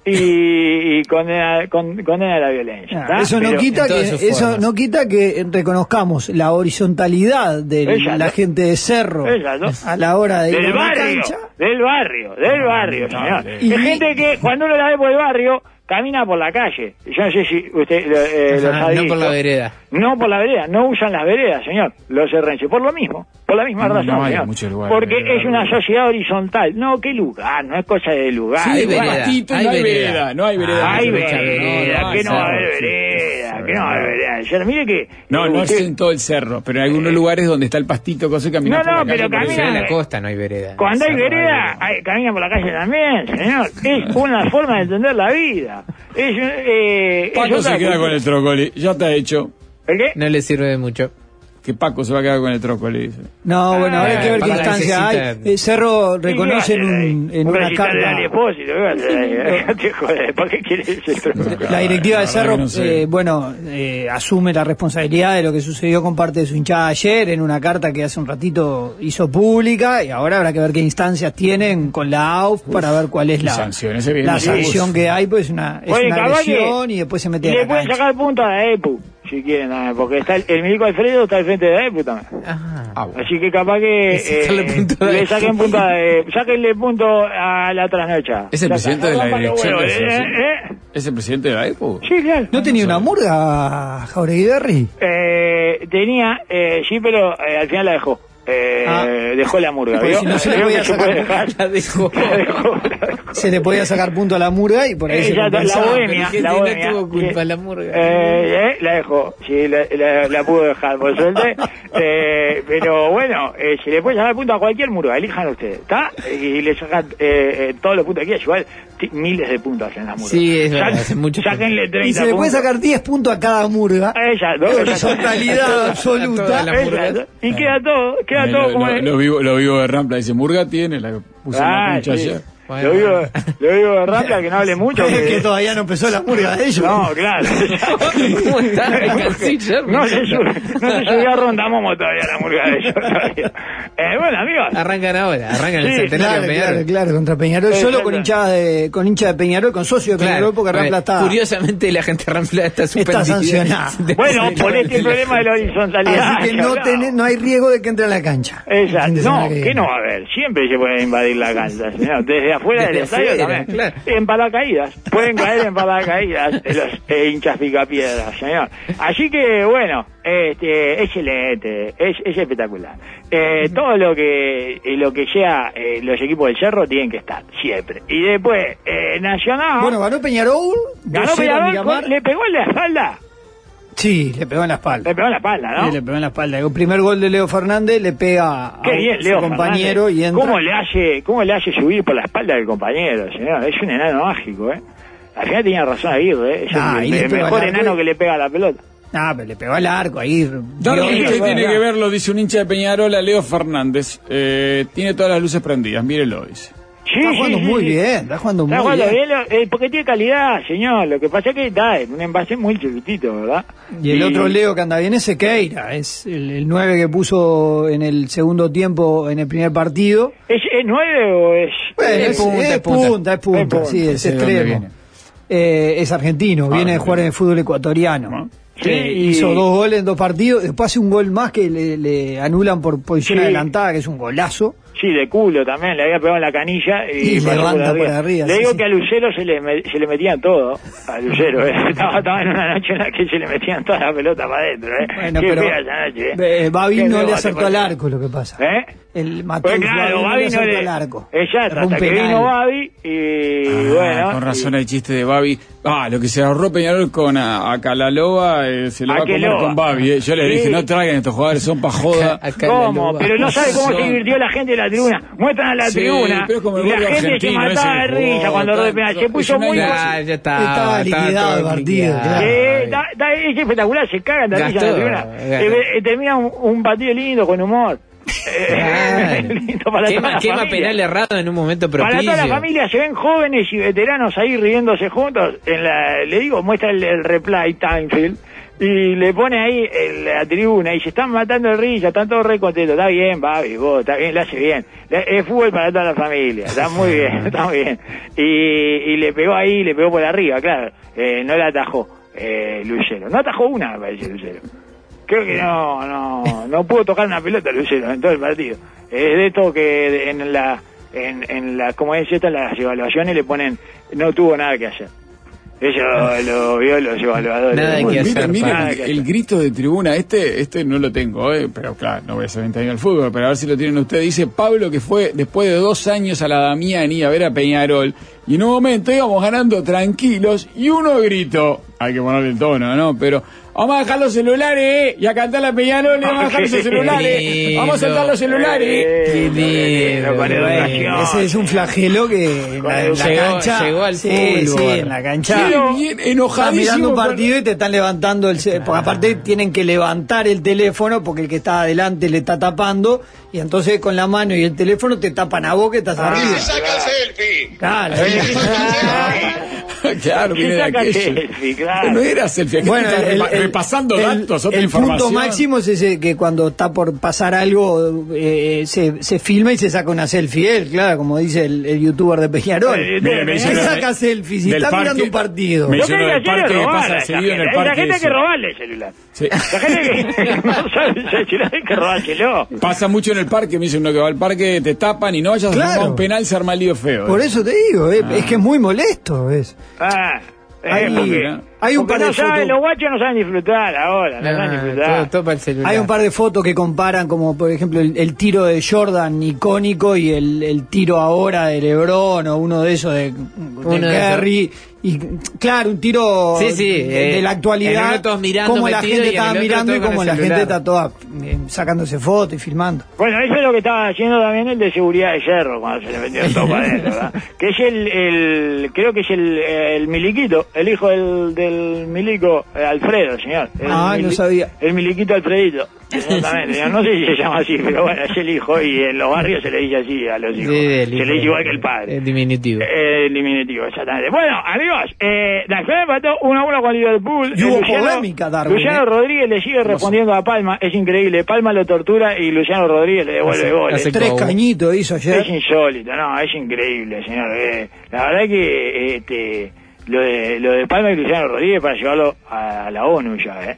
S2: y, y condena, con- condena la violencia.
S3: Ah,
S2: ¿tá?
S3: Eso no,
S2: Pero-
S3: quita
S4: en todas sus
S3: que, eso
S4: formas.
S3: no quita que reconozcamos la horizontalidad de
S2: Exacto.
S3: la gente de Cerro
S2: Exacto.
S3: a la hora de ir a
S2: del
S3: una
S2: barrio,
S3: cancha.
S2: del barrio, del barrio,
S1: no,
S2: señor.
S1: no,
S2: Es
S3: no.
S2: gente que cuando uno la ve por el barrio, camina por la calle. Yo no sé si usted lo, eh, los
S4: Ajá,
S2: ha
S4: no
S2: visto.
S4: por la vereda.
S2: No por la vereda, no usan las veredas, señor, los serrenches, por lo mismo, por la misma
S1: No
S2: razón,
S1: hay
S2: señor.
S1: mucho lugar,
S2: porque
S1: eh,
S2: es una
S1: barrio.
S2: sociedad horizontal. No, qué lugar, no es cosa de lugar.
S4: Sí, hay
S2: lugar.
S4: vereda,
S1: Patito, no
S4: hay
S1: hay
S4: vereda.
S1: vereda, no hay vereda.
S2: Ay,
S4: Hay
S1: Luchano,
S2: vereda, que no va a
S1: hay
S2: haber
S1: cerro, sí,
S2: vereda,
S1: sí,
S2: que no va a haber vereda. Señor, mire que... eh,
S1: No, no es
S2: usted-
S1: en todo el cerro, pero en algunos lugares donde está el pastito, cosa camina.
S2: No, no, pero
S4: Pero
S2: camina-
S4: en la costa no hay vereda.
S2: Cuando hay
S4: Cerro
S2: vereda,
S4: vereda.
S2: hay- camina por la calle también, señor. Es una forma de entender la vida. Es, un- eh, es
S1: Paco
S2: otra
S1: se queda
S2: cultura.
S1: con el trócoli, ya está hecho.
S2: ¿El qué?
S4: No le sirve de mucho.
S1: que Paco se va a quedar con el troco, le dice.
S3: No,
S2: Ah,
S3: bueno, ahora hay que ver qué
S4: Para la
S3: instancia
S4: necesita-
S3: hay. Eh, Cerro reconoce
S2: ¿Qué
S3: en,
S2: va a hacer
S3: un-
S2: ahí?
S3: en
S2: eh. Un
S3: una
S2: recital de
S3: carta.
S2: Dani Espósito, ¿qué va a hacer ahí? Te joder, ¿Por qué quiere irse el troco?
S3: La directiva de
S1: Ay, la verdad
S3: Cerro,
S1: que no sé.
S3: eh, bueno, eh, asume la responsabilidad de lo que sucedió con parte de su hinchada ayer en una carta que hace un ratito hizo pública y ahora habrá que ver qué instancias tienen con la AUF para ver cuál es
S1: y
S3: la,
S1: sanciones, evidentemente.
S3: la sanción que hay, pues una, es
S2: Oye,
S3: una
S2: Cavalle,
S3: agresión y después se mete
S2: Y
S3: a
S2: le
S3: la
S2: pueden
S3: cancha.
S2: sacar punto a la EPU, si quieren, ah, porque está el, el Milico Alfredo está al frente de la EPU también.
S4: Ah.
S5: Ah, bueno.
S2: Así que capaz que
S4: Y sacarle
S2: eh,
S4: punto a la
S2: le
S4: EPU.
S2: saquen punto, a, eh, sáquenle punto a la trasnocha.
S5: ¿Es el
S2: Ya
S5: presidente
S2: está.
S5: de la
S2: No, Pablo,
S5: dirección
S2: bueno,
S5: de
S2: eh, eh,
S5: ¿Es el presidente de la EPO?
S2: Sí, claro.
S3: ¿No tenía una murga, Jauregui Berry?
S2: Eh, tenía, eh, sí, pero eh, al final la dejó. Eh,
S3: Ah.
S2: Dejó la murga,
S3: Porque
S2: ¿vio?
S3: si no se le
S2: Creo
S3: podía
S2: que se
S3: sacar
S2: puede dejar.
S4: La dejó.
S2: La dejó, la dejó.
S3: Se le podía sacar punto a la murga y por ahí
S2: Eh,
S3: se
S2: ya, la
S3: compensaba.
S2: bohemia,
S4: pero
S2: la
S4: Argentina
S2: bohemia.
S4: tuvo culpa,
S2: Sí.
S4: la murga.
S2: Eh, eh, la dejó, sí, la, la- la pudo dejar, por suerte. Eh, pero bueno, eh, si le puede sacar punto a cualquier muro, elijan ustedes, ¿está? Y le sacan eh, eh, todos los puntos aquí, igual ti- miles de puntos hacen las muros.
S4: Sí, es verdad,
S2: Sa-
S4: hacen muchos
S2: Sáquenle 30
S3: Y se le puede
S2: puntos.
S3: sacar 10 puntos a cada murga.
S2: Ella, ¿no?
S3: Horizontalidad
S4: Toda
S3: absoluta.
S4: la
S2: Ella,
S4: murga.
S2: ¿no? Y queda todo, queda
S1: Ahí
S2: todo
S1: lo,
S2: como
S1: lo-
S2: es.
S1: lo vivo, lo vivo de Rampla, dice, Murga tiene, la que puso en la
S2: Ah,
S1: cancha
S2: sí.
S1: ayer.
S4: Bueno.
S2: Lo digo, lo digo de Rampla, que no hable mucho.
S3: Es que
S2: que-
S3: todavía no empezó la murga de ellos.
S2: No, claro.
S4: ¿Cómo está el canciller?
S2: No se, sube, no se subió a Ronda Momo todavía la murga de ellos. todavía. Eh, bueno, amigos.
S4: Arrancan ahora, arrancan el
S2: Sí,
S4: centenario.
S3: Claro,
S4: Peñarol.
S3: claro, claro, contra Peñarol.
S2: Exacto.
S3: Solo con hinchas de, con hincha de Peñarol, con socio de Peñarol,
S4: Claro.
S3: porque Rampla está.
S4: Curiosamente la gente de Rampla está suspendida.
S3: sancionada.
S4: De-
S2: Bueno, por este
S4: de-
S2: problema de la horizontalidad.
S3: Así que
S2: que
S3: no,
S2: hablaba.
S3: tenés- no hay riesgo de que entre a la cancha. El fin
S2: Exacto.
S3: de
S2: No,
S3: semana
S2: que
S3: viene.
S2: no va a haber. Siempre se puede invadir la cancha, señor. Desde afuera
S4: Desde
S2: del estadio
S4: afuera,
S2: también.
S4: claro.
S2: En paracaídas. Pueden caer en paracaídas eh, los eh, hinchas picapiedras, señor. Así que, bueno, este, excelente. Es, es espectacular. Eh, todo lo que eh, lo que sea eh, los equipos del Cerro tienen que estar, siempre. Y después, eh, Nacional.
S3: Bueno, ganó Peñarol.
S2: ganó
S3: 2-0 a
S2: Peñarol,
S3: Miramar.
S2: le pegó en la espalda.
S3: Sí, le pegó en la espalda.
S2: Le pegó en la espalda, ¿no?
S3: Sí, le pegó en la espalda. El primer gol de Leo Fernández le pega a
S2: Qué bien,
S3: su
S2: Leo
S3: compañero
S2: Fernández.
S3: y entra.
S2: ¿Cómo le, hace, ¿Cómo le hace subir por la espalda del compañero, señor? Es un enano mágico, ¿eh? Al final tenía razón Aguirre, ¿eh? Es
S3: Ah, y
S2: el, el
S3: le pega
S2: mejor
S3: al arco
S2: enano
S3: y-
S2: que le pega a la pelota.
S3: Ah, pero le pegó al arco ahí.
S1: Darwin,
S3: Dio-
S1: ¿qué
S3: Dio-
S1: tiene que verlo? Dice un hincha de Peñarol a Leo Fernández. Eh, tiene todas las luces prendidas, mírelo, dice.
S2: Sí,
S3: Está
S2: sí,
S3: jugando
S2: sí,
S3: muy
S2: sí.
S3: bien, está jugando
S2: Está
S3: muy
S2: jugando
S3: bien.
S2: bien, lo- eh, porque tiene calidad, señor. Lo que pasa es que está en un envase muy chiquitito, ¿verdad?
S3: Y el otro Leo que anda bien es Sequeira, es el, 9 que puso en el segundo tiempo en el primer partido.
S2: ¿Es, es nueve o es...?
S3: Bueno,
S4: Es
S3: es,
S4: punta,
S3: es
S4: es punta.
S3: punta, es
S2: Es
S3: punta,
S2: punta.
S3: sí, es
S1: Ese de dónde
S3: extremo.
S1: viene.
S3: Eh, es argentino, viene de jugar en el fútbol ecuatoriano.
S2: Ah, Sí,
S3: Eh,
S2: y-
S3: hizo dos goles en dos partidos, después hace un gol más que le, le anulan por posición
S2: Sí.
S3: adelantada, que es un golazo.
S2: Sí, de culo también, le había pegado en la canilla y,
S3: Y
S2: pasó
S3: levanta por arriba,
S2: Le
S3: sí,
S2: digo
S3: sí.
S2: que a Lucero se le, me- se le metían todo, a Lucero, ¿eh? estaba, estaba en una noche en la que se le metían toda la pelota para adentro. ¿eh?
S3: Bueno,
S2: Qué
S3: pero
S2: fea esa noche, ¿eh?
S3: eh, Babi
S2: Qué
S3: no le
S2: rebote,
S3: acertó
S2: por-
S3: al arco, lo que pasa.
S2: ¿Eh?
S3: El Mateus
S2: Pues claro,
S3: Babi no le
S2: Babi no
S3: acertó
S2: le...
S3: al arco.
S2: Exacto,
S3: Erró un
S2: hasta que
S3: penal.
S2: vino Babi y
S1: Ah,
S2: bueno...
S1: con
S2: y-
S1: razón el chiste de Babi. Ah, lo que se ahorró Peñarol con a, a Calaloba eh, se lo va a comer
S2: Aqueloba.
S1: con Babi. eh. Yo le
S2: Sí.
S1: dije, no traigan estos jugadores, son pa' joda.
S4: Acá en la
S2: ¿Cómo?
S4: loba.
S2: Pero no sabe cómo se
S1: Son-
S2: divirtió la gente de la tribuna. Muestran a la
S1: Sí,
S2: tribuna
S1: pero es como el
S2: y la
S1: gol de
S2: gente se
S1: Argentino ese
S2: mataba de
S1: que jugó,
S2: risa cuando
S1: tanto-
S2: lo pegan. Se
S1: es
S2: puso
S1: una
S2: muy...
S1: ilusión.
S4: Ya, ya estaba.
S3: Estaba liquidado
S4: todo
S3: el partido,
S4: liquidado.
S3: claro.
S2: Sí, da- da- es espectacular, se cagan de risa en
S4: Ah, Gastó,
S2: la tribuna.
S4: gastó.
S2: Eh, eh, termina un, un partido lindo con humor. Eh,
S4: Claro.
S2: lindo para toda
S4: Quema,
S2: la
S4: quema
S2: familia.
S4: penal errado en un momento
S2: Para
S4: propicio.
S2: toda la familia se ven jóvenes y veteranos ahí riéndose juntos. En la, le digo, muestra el, el replay Timefield y le pone ahí el- la tribuna y se están matando de risa, están todos re contentos. Está bien, Babi, vos, está bien, le hace bien. Le- es fútbol para toda la familia, está muy bien, está muy bien. Y, y le pegó ahí, le pegó por arriba, claro. Eh, no la atajó eh, Lucero. No atajó una, me parece Lucero. Creo que no, no, no pudo tocar una pelota Lucero en todo el partido. Es de esto que en la, en, en la, como es esta, las evaluaciones le ponen, no tuvo nada que hacer. Eso lo vio los evaluadores.
S4: Nada
S2: del fútbol.
S4: que
S1: Bueno,
S4: hacer,
S1: miren, miren
S2: Nada
S1: el,
S2: que
S1: el
S2: hacer.
S1: grito de tribuna, este este no lo tengo, eh, pero claro, no voy a ser ventañero al fútbol, pero a ver si lo tienen ustedes. Dice Pablo que fue después de dos años a la Damiani a ver a Peñarol, y en un momento íbamos ganando tranquilos, y uno gritó, hay que ponerle el tono, ¿no? Pero vamos a dejar los celulares eh, y a cantar la peñarol y vamos a dejar los celulares. Vamos a soltar los celulares. eh.
S4: Qué lindo,
S2: con educación.
S3: Bueno, ese es un flagelo que en la, en la
S4: Llegó-
S3: cancha.
S4: llegó al
S3: sí,
S4: fútbol.
S3: sí, en la cancha.
S1: Qué bien,
S3: Estás mirando
S1: enojadísimo.
S3: un
S1: con-
S3: partido y te están levantando el. ce- Porque aparte tienen que levantar el teléfono porque el que está adelante le está tapando. Y entonces con la mano y el teléfono te tapan a vos que estás arriba.
S5: Saca el selfie.
S3: Claro.
S1: claro,
S2: Y
S1: viene de
S2: saca
S1: aquello.
S2: selfie, claro.
S1: No era selfie, aquel
S3: Bueno,
S1: está
S3: el-
S1: repa-
S3: el-
S1: repasando
S3: el-
S1: datos, otra
S3: el
S1: información.
S3: punto máximo es ese que cuando está por pasar algo eh, se, se filma y se saca una selfie él, claro, como dice el, el youtuber de Peñarol.
S2: Eh,
S1: Mire, me
S3: ¿Qué
S1: hicieron-
S3: saca selfie si
S1: del
S3: está
S1: parque-
S3: mirando un partido?
S1: me
S2: Lo que
S1: hicieron
S2: hay que
S1: del
S2: hacer
S1: parque
S2: es
S1: que
S2: robar
S1: pasa
S2: a esa
S1: seguido en
S2: gente.
S1: el
S2: A esa
S1: parque.
S2: gente hay que
S1: eso.
S2: robarle el celular.
S1: Sí.
S2: La gente que no sabe usar el celular hay que robárselo.
S1: Pasa mucho en el parque, me dice uno que va al parque, te tapan y no vayas
S3: Claro.
S1: a romper un penal, se arma el lío feo.
S3: Por
S1: ¿eh?
S3: eso te digo, eh, es que es muy molesto. Es.
S2: Ah, eh,
S3: Hay-
S2: porque-
S3: hay un
S2: porque
S3: par de
S2: no saben,
S3: fotos-
S2: los guachos no saben disfrutar ahora, no, saben
S4: Ah,
S2: disfrutar.
S4: todo, todo para el celular.
S3: Hay un par de fotos que comparan, como por ejemplo el, el tiro de Jordan icónico y el, el tiro ahora de LeBron o uno de esos de, de
S4: de
S3: Curry. Y claro, un tiro
S4: Sí, sí,
S3: de, de
S4: eh,
S3: la
S4: en
S3: actualidad.
S4: uno todos mirando,
S3: como la
S4: metido,
S3: gente
S4: y en el
S3: estaba
S4: otro
S3: mirando y
S4: todo con
S3: como
S4: el
S3: la gente
S4: celular.
S3: está toda eh, sacándose fotos y filmando.
S2: Bueno, eso es lo que estaba haciendo también el de seguridad de Cerro, cuando se le metió todo para adentro, ¿verdad? Que es el, el- creo que es el, el miliquito, el hijo del, del milico eh, Alfredo, señor. El
S3: Ah, no sabía.
S2: El miliquito Alfredito, exactamente, señor. No sé si se llama así, pero bueno, es el hijo y en los barrios se le dice así a los
S4: Sí,
S2: hijos.
S4: del
S2: se
S4: hijo.
S2: le dice igual que el padre.
S4: Es diminutivo.
S2: Eh, El diminutivo, exactamente. Bueno, amigos, eh, Darwin empató 1 a 1 con Liverpool.
S3: Y
S2: Eh,
S3: hubo
S2: Luciano-
S3: polémica, Darwin,
S2: Luciano
S3: eh.
S2: Rodríguez le sigue respondiendo a Palma. Es increíble. Palma lo tortura y Luciano Rodríguez le devuelve
S4: Hace-
S2: goles.
S4: hace-
S3: Tres
S4: Cabo.
S3: cañitos hizo ayer.
S2: Es insólito, no, es increíble, señor. Eh, la verdad que este, lo, de, lo de Palma y Luciano Rodríguez para llevarlo a, la ONU ya, ¿eh?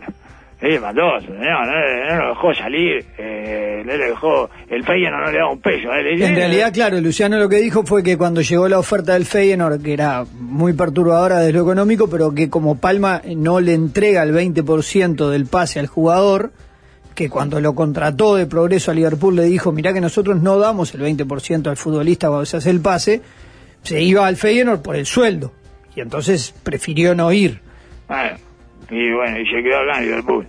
S2: Es matoso, no, no, no lo dejó salir, eh, no lo dejó, el país no, no le da un peso. ¿eh? Le dice,
S3: En realidad, claro, Luciano lo que dijo fue que cuando llegó la oferta del Feyenoord, que era muy perturbadora desde lo económico, pero que como Palma no le entrega el 20% del pase al jugador, que cuando lo contrató de progreso a Liverpool le dijo, mirá que nosotros no damos el 20% al futbolista cuando se hace el pase, se iba al Feyenoord por el sueldo. Y entonces prefirió no ir.
S2: Bueno, y bueno, y se quedó acá en Liverpool.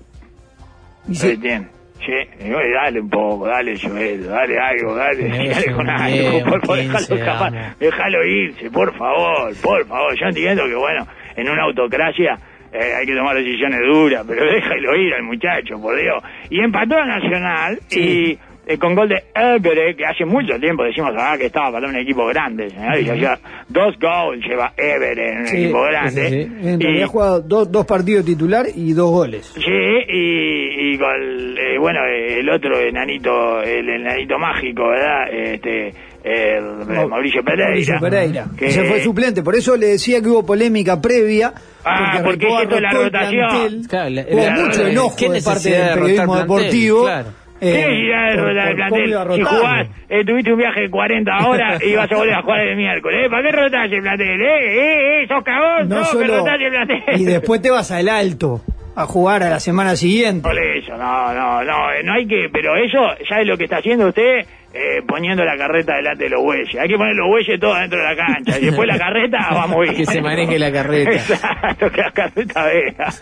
S3: Y
S2: ¿Se
S3: se-
S2: entiende? Sí, y bueno, dale un poco, dale sueldo, dale algo, dale,
S4: Tenés
S2: dale con
S4: un
S2: algo,
S4: 10,
S2: por favor,
S4: 15,
S2: déjalo escapar,
S4: vamos.
S2: déjalo irse, por favor, por favor. Yo entiendo que, bueno, en una autocracia eh, hay que tomar decisiones duras, pero déjalo ir al muchacho, por Dios. Y empató a Nacional y eh, con gol de Evere, que hace mucho tiempo decimos acá que estaba para un equipo grande, señor, y ya dos goles lleva Evere en un
S3: Sí,
S2: equipo grande.
S4: sí, sí.
S3: En realidad
S2: Y-
S3: ha jugado dos, dos partidos titular y dos goles.
S2: Sí, y, y con el, eh, bueno, eh, el otro enanito, el enanito mágico, ¿verdad? Este, el, eh, Mauricio Pereira.
S3: Mauricio Pereira.
S2: Que-
S3: Se fue suplente, por eso le decía que hubo polémica previa.
S2: Ah, porque
S3: Recoba
S2: esto es la
S3: arrojó el
S2: rotación.
S3: plantel.
S4: Claro, la-
S3: hubo
S4: la-
S3: mucho
S4: la-
S3: enojo
S4: ¿qué
S3: de parte
S4: necesidad
S3: del
S4: de rotar
S3: periodismo
S4: plantel?
S3: deportivo.
S4: Claro.
S2: ¿Qué
S3: eh,
S2: necesidad de
S3: por-
S2: rotar el
S3: por cómo
S2: plantel?
S3: iba a
S2: Si
S3: rotar.
S2: jugás, eh, tuviste un viaje de 40 horas y vas a volver a jugar el miércoles. ¿eh? ¿Para qué rotás el plantel? ¿Eh? ¿Eh? ¿Eh? ¿Sos cagón?
S3: No
S2: No, que
S3: solo-
S2: rotás el plantel.
S3: y después te vas al alto a jugar a la semana siguiente.
S2: Por eso, no, no, no, eh, no hay que, pero eso, ya es lo que está haciendo usted? Eh, poniendo la carreta delante de los bueyes. Hay que poner los bueyes todos dentro de la cancha. Y después la carreta, vamos bien.
S4: Que se maneje la carreta.
S2: Exacto, que la carreta vea.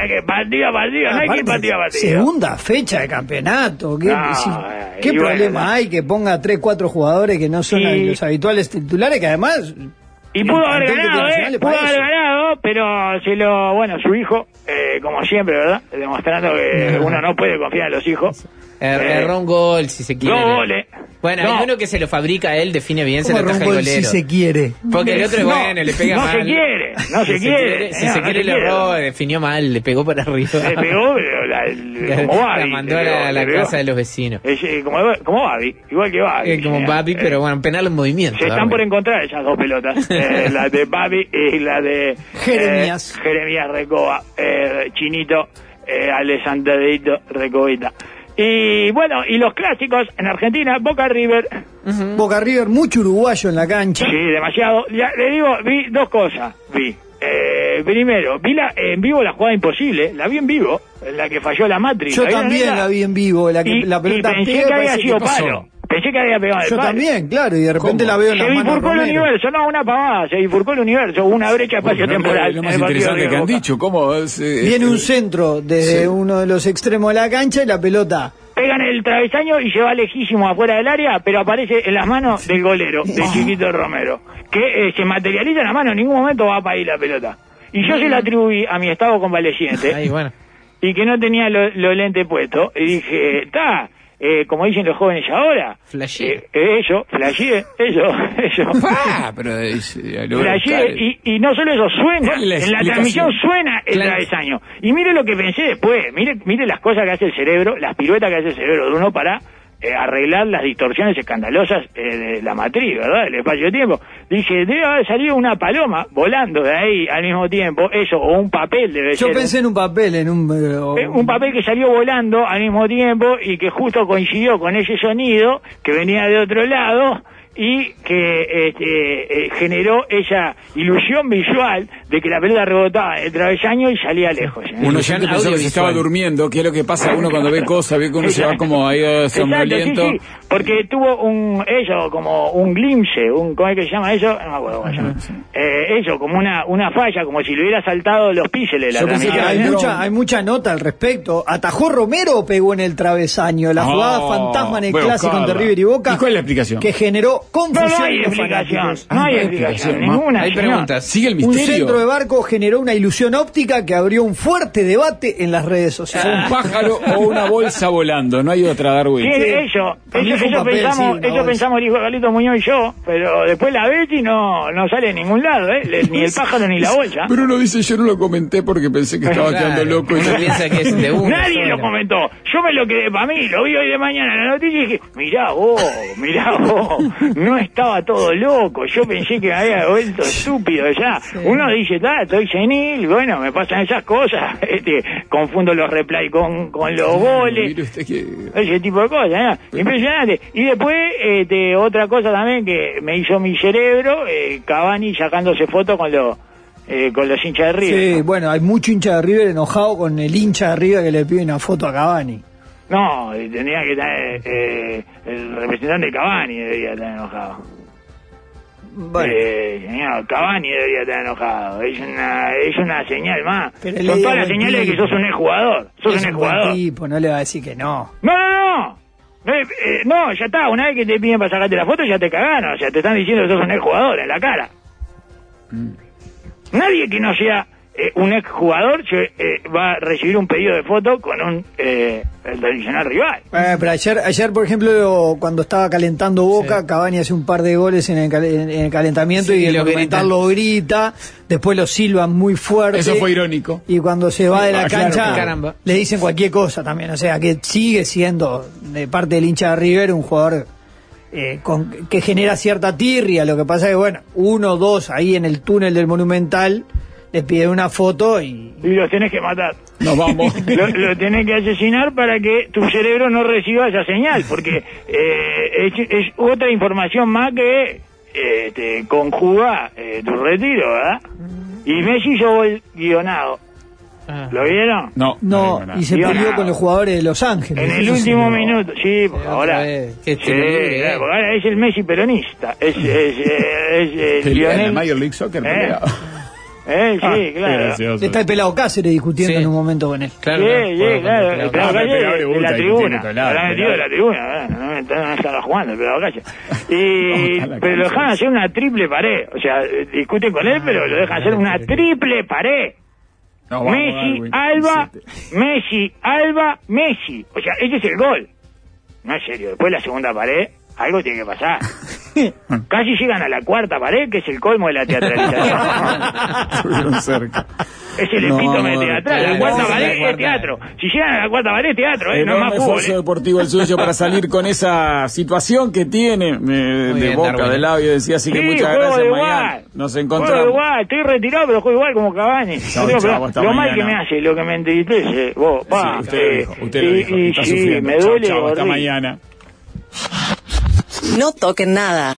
S2: Hay que partido a partido, no hay que ir
S3: Aparte,
S2: partido a partido.
S3: Segunda fecha de campeonato. ¿Qué,
S2: No,
S3: si-
S2: eh,
S3: ¿qué
S2: y bueno,
S3: problema
S2: no.
S3: hay que ponga 3, 4 jugadores que no son
S2: Y-
S3: los habituales titulares? Que además.
S2: Y pudo haber
S3: plantel que
S2: ganado,
S3: tiene Nacional
S2: ¿eh?
S3: es
S2: Pudo
S3: para
S2: haber
S3: eso.
S2: ganado, pero se lo. Bueno, su hijo, eh, como siempre, ¿verdad? Demostrando que uno no puede confiar en los hijos.
S4: Er-
S2: Eh,
S4: erró un gol, si se quiere.
S2: dos goles.
S4: Bueno,
S2: No.
S4: hay uno que se lo fabrica él, define bien, se
S3: ¿Cómo
S4: lo ataja el
S3: arrancó el si
S4: golero.
S3: se quiere?
S4: Porque el otro,
S2: No,
S4: bueno, le pega
S2: no
S4: mal.
S2: se quiere, no
S4: Si
S2: se quiere,
S4: Si
S2: señor,
S4: se
S2: no
S4: quiere,
S2: se
S4: le
S2: quiere.
S4: erró, definió mal, le pegó para arriba.
S2: Le pegó, pero la, el-
S4: La-
S2: como Babi.
S4: la mandó a
S2: le pegó,
S4: la, la
S2: le pegó.
S4: casa de los vecinos.
S2: Es, eh, como, como Babi, igual que Babi.
S4: Eh, como
S2: señor.
S4: Babi,
S2: Eh,
S4: pero bueno, penal en movimiento.
S2: Se están
S4: Darwin.
S2: por encontrar esas dos pelotas, eh, la de Babi y la de eh,
S3: Jeremías.
S2: Jeremías Recoba, eh, Chinito, eh, Alessandrito Recobita. Y bueno, y los clásicos en Argentina, Boca River,
S3: Boca River, mucho uruguayo en la cancha.
S2: sí, demasiado. Ya, le digo, vi dos cosas, vi. Eh, primero, vi la, en vivo la jugada imposible, la vi en vivo, la que falló la matriz.
S3: Yo también la vi en vivo, la, que,
S2: y,
S3: la pelota
S2: y pensé
S3: pega,
S2: que había
S3: parece que
S2: sido
S3: pasó.
S2: palo. Pensé que había pegado el
S3: Yo
S2: palo.
S3: también, claro, y de repente
S1: ¿Cómo?
S3: la veo en
S2: Se
S3: las manos de
S2: bifurcó el
S3: Romero.
S2: universo, no, una pavada, se bifurcó el universo, hubo una brecha
S1: Bueno,
S2: espacio-temporal.
S1: es lo más
S2: en el partido
S1: interesante
S2: de
S1: que han
S2: Boca.
S1: dicho. ¿Cómo? es, eh,
S3: Viene
S1: eh,
S3: un centro desde
S1: Sí.
S3: uno de los extremos de la cancha y la pelota.
S2: Pegan el travesaño y se va lejísimo afuera del área, pero aparece en las manos del golero, del
S1: Ah.
S2: chiquito Romero, que eh, se materializa en la mano, en ningún momento va para ahí la pelota. Y yo se la atribuí a mi estado convaleciente.
S4: Ahí, bueno.
S2: y que no tenía lo- los lentes puestos. Y dije, está, eh, como dicen los jóvenes ahora.
S4: Flasheé.
S2: Eh, eh, eso, flasheé, eso, eso.
S1: ¡pah! Pero es, eh, lo-
S2: Flasheé,
S1: claro.
S2: y, y no solo eso, suena,
S1: ¿Cuál es la
S2: en
S1: explicación?
S2: la transmisión suena el
S4: Claro.
S2: travesaño. Y mire lo que pensé después, mire, mire las cosas que hace el cerebro, las piruetas que hace el cerebro de uno para eh, arreglar las distorsiones escandalosas eh, de la matriz, ¿verdad? Del espacio-tiempo. Dije, debe haber salido una paloma volando de ahí al mismo tiempo, eso, o un papel debe
S3: Yo
S2: ser.
S3: pensé en un papel, en un... eh, o-
S2: Eh, un papel que salió volando al mismo tiempo y que justo coincidió con ese sonido que venía de otro lado y que este, eh, generó esa ilusión visual de que la pelota rebotaba en el travesaño y salía lejos. ¿eh?
S1: Uno
S4: Ilusión
S1: siempre pensó que se
S4: audiovisual.
S1: estaba durmiendo, que es lo que pasa uno cuando ve cosas, ve que uno se va como ahí eh,
S2: Exacto,
S1: somnoliento.
S2: sí, sí, porque tuvo un, eso, como un glimpse, un, ¿cómo es que se llama eso? No me acuerdo cómo se llama. Eh, eso, como una, una falla, como si le hubiera saltado los píxeles. La
S1: Yo pensé
S3: Sí,
S1: que
S2: transmisión.
S1: era
S3: hay,
S1: Almirón.
S3: mucha, hay mucha nota al respecto. ¿Atajó Romero o pegó en el travesaño? La
S1: No,
S3: jugada fantasma en el
S1: voy a
S3: clásico
S1: buscarla.
S3: entre River y Boca.
S1: ¿Y cuál es la explicación?
S3: Que generó
S2: No,
S3: confusión
S2: no hay
S3: en los
S2: explicación,
S3: fanáticos.
S1: Ah,
S2: no hay
S1: no hay
S2: explicación,
S1: explicación, ¿no?
S2: ninguna.
S4: Hay
S2: señor.
S4: preguntas.
S1: Sigue el
S3: Un centro de
S1: misterio.
S3: barco generó una ilusión óptica que abrió un fuerte debate en las redes
S1: Fue Ah, un
S3: sociales.
S1: pájaro o una bolsa volando, no hay otra Darwin.
S2: Sí, eso,
S3: También
S2: eso,
S3: fue un
S2: eso
S3: papel, sí,
S2: pensamos,
S3: una
S2: eso
S3: bolsa.
S2: pensamos el hijo de Carlito Muñoz y yo, pero después la Betty no, no sale de ningún lado, ¿eh? Le- ni el pájaro ni la bolsa.
S1: Bruno dice, yo no lo comenté porque pensé que estaba
S4: Claro.
S1: quedando loco.
S4: Uno piensa que es de uno
S2: Nadie
S4: solo.
S2: lo comentó. Yo me lo quedé para mí, lo vi hoy de mañana en la noticia y dije, mirá vos, mirá vos, no estaba todo loco, yo pensé que me había vuelto estúpido ya. Uno dice, ah, estoy senil, bueno, me pasan esas cosas, este, confundo los replays con, con los goles,
S1: Mire usted que...
S2: Ese tipo de cosas, ¿no? impresionante. Y después, este, otra cosa también que me hizo mi cerebro, eh, Cavani sacándose fotos con los eh, con los hinchas de River.
S3: Sí, bueno, hay mucho hincha de River enojado con el hincha de River que le pide una foto a Cavani.
S2: No, eh, tenía que estar eh, eh, el representante de Cavani debería estar enojado.
S3: Bueno,
S2: Eh, señor, Cavani debería estar enojado. Es una, es una señal más.
S3: Pero
S2: Son
S3: le diga
S2: todas las
S3: buen
S2: señales de que
S3: tipo.
S2: sos un jugador. Sos
S3: es
S2: un
S3: un buen
S2: jugador.
S3: tipo, no le va a decir que no.
S2: No, no, no. No, eh, eh, no, ya está. Una vez que te piden para sacarte la foto, ya te cagaron. O sea, te están diciendo que sos un exjugador en la cara. Nadie que no sea eh, un exjugador se, eh, va a recibir un pedido de foto con un eh, el tradicional rival.
S3: Eh, pero ayer, ayer, por ejemplo, cuando estaba calentando Boca, Cavani hace un par de goles en el, cal- en el calentamiento
S4: Sí,
S3: y
S4: y
S3: el
S4: lo
S3: Monumental
S4: gritan.
S3: lo grita, después lo silban muy fuerte.
S1: Eso fue irónico.
S3: Y cuando se va de la
S1: Ah, claro,
S3: cancha,
S4: caramba.
S3: le dicen cualquier cosa también. O sea, que sigue siendo, de parte del hincha de River, un jugador eh, con- que genera cierta tirria. Lo que pasa es que, bueno, uno o dos ahí en el túnel del Monumental le piden una foto y...
S2: Y los tenés que matar.
S1: Nos vamos.
S2: Lo, lo tenés que asesinar para que tu cerebro no reciba esa señal, porque eh, es, es otra información más que eh, te conjuga eh, tu retiro, ¿verdad? Y Messi yo voy guionado.
S4: Ah.
S2: ¿Lo vieron?
S1: No,
S3: No,
S1: digo nada.
S3: y se
S2: Dios,
S3: peleó
S2: no.
S3: con los jugadores de Los Ángeles.
S2: En el
S3: Eso sí
S2: último
S3: no-
S2: minuto, sí, porque
S4: otra
S2: ahora.
S4: vez.
S2: Sí,
S4: Qué estilo de vida,
S2: eh,
S4: eh.
S2: porque ahora es el Messi peronista. Es, es, eh, es, eh,
S1: Pelea en la
S2: Lionel-
S1: Major League Soccer.
S2: ¿Eh?
S1: pelea.
S2: Eh,
S1: Ah,
S2: sí,
S1: qué
S2: claro. Sí,
S1: gracioso.
S3: Está el pelado Cáceres discutiendo
S4: Sí.
S3: en un momento con él.
S4: Claro,
S2: sí,
S4: claro,
S2: claro.
S4: claro,
S2: El
S4: claro.
S2: pelado
S1: Ah,
S2: calle
S1: pero ahora
S2: de
S1: gusta,
S2: la
S1: ahí tiene
S2: tribuna.
S1: otro lado,
S2: Lo han metido de la tribuna. ¿verdad? No no estaba jugando el pelado calle. Y,
S1: No, a la
S2: pero lo
S1: cancha.
S2: dejan hacer una triple pared. O sea, eh, discuten con él, pero lo dejan hacer una triple pared.
S1: Nos Ah, vamos,
S2: Messi,
S1: Darwin.
S2: Alba,
S1: Siete.
S2: Messi, Alba, Messi. O sea, ese es el gol. No es serio. Después la segunda pared, algo tiene que pasar. Casi llegan a la cuarta pared, que es el colmo de la teatralización.
S1: Estuvieron cerca.
S2: es el
S1: No,
S2: epítome teatral. La
S4: claro,
S2: cuarta
S4: no, la
S2: pared es
S4: cuarta.
S2: teatro. Si llegan a la cuarta pared, es teatro, eh, no es
S1: Enorme
S2: más fútbol.
S1: esfuerzo
S2: eh.
S1: deportivo el suyo para salir con esa situación que tiene eh, de
S4: bien,
S1: boca,
S4: Darwin.
S1: de labio, decía así que
S2: Sí,
S1: muchas
S2: juego
S1: gracias,
S2: de
S1: mañana
S2: igual.
S1: nos
S2: Juego de
S1: encontramos.
S2: igual, estoy retirado, pero juego igual como Cavani.
S1: Chao,
S2: No tengo
S1: chao,
S2: problema.
S1: hasta
S2: lo mal
S1: mañana.
S2: que me hace, lo que me entristece, vos, pa.
S1: Sí, usted
S2: eh,
S1: lo dijo, usted lo
S2: y-
S1: dijo,
S2: y
S1: está
S2: sí,
S1: sufriendo.
S2: me
S1: Chao,
S2: duele
S1: chao, hasta
S2: horrible.
S1: mañana.
S5: No toquen nada.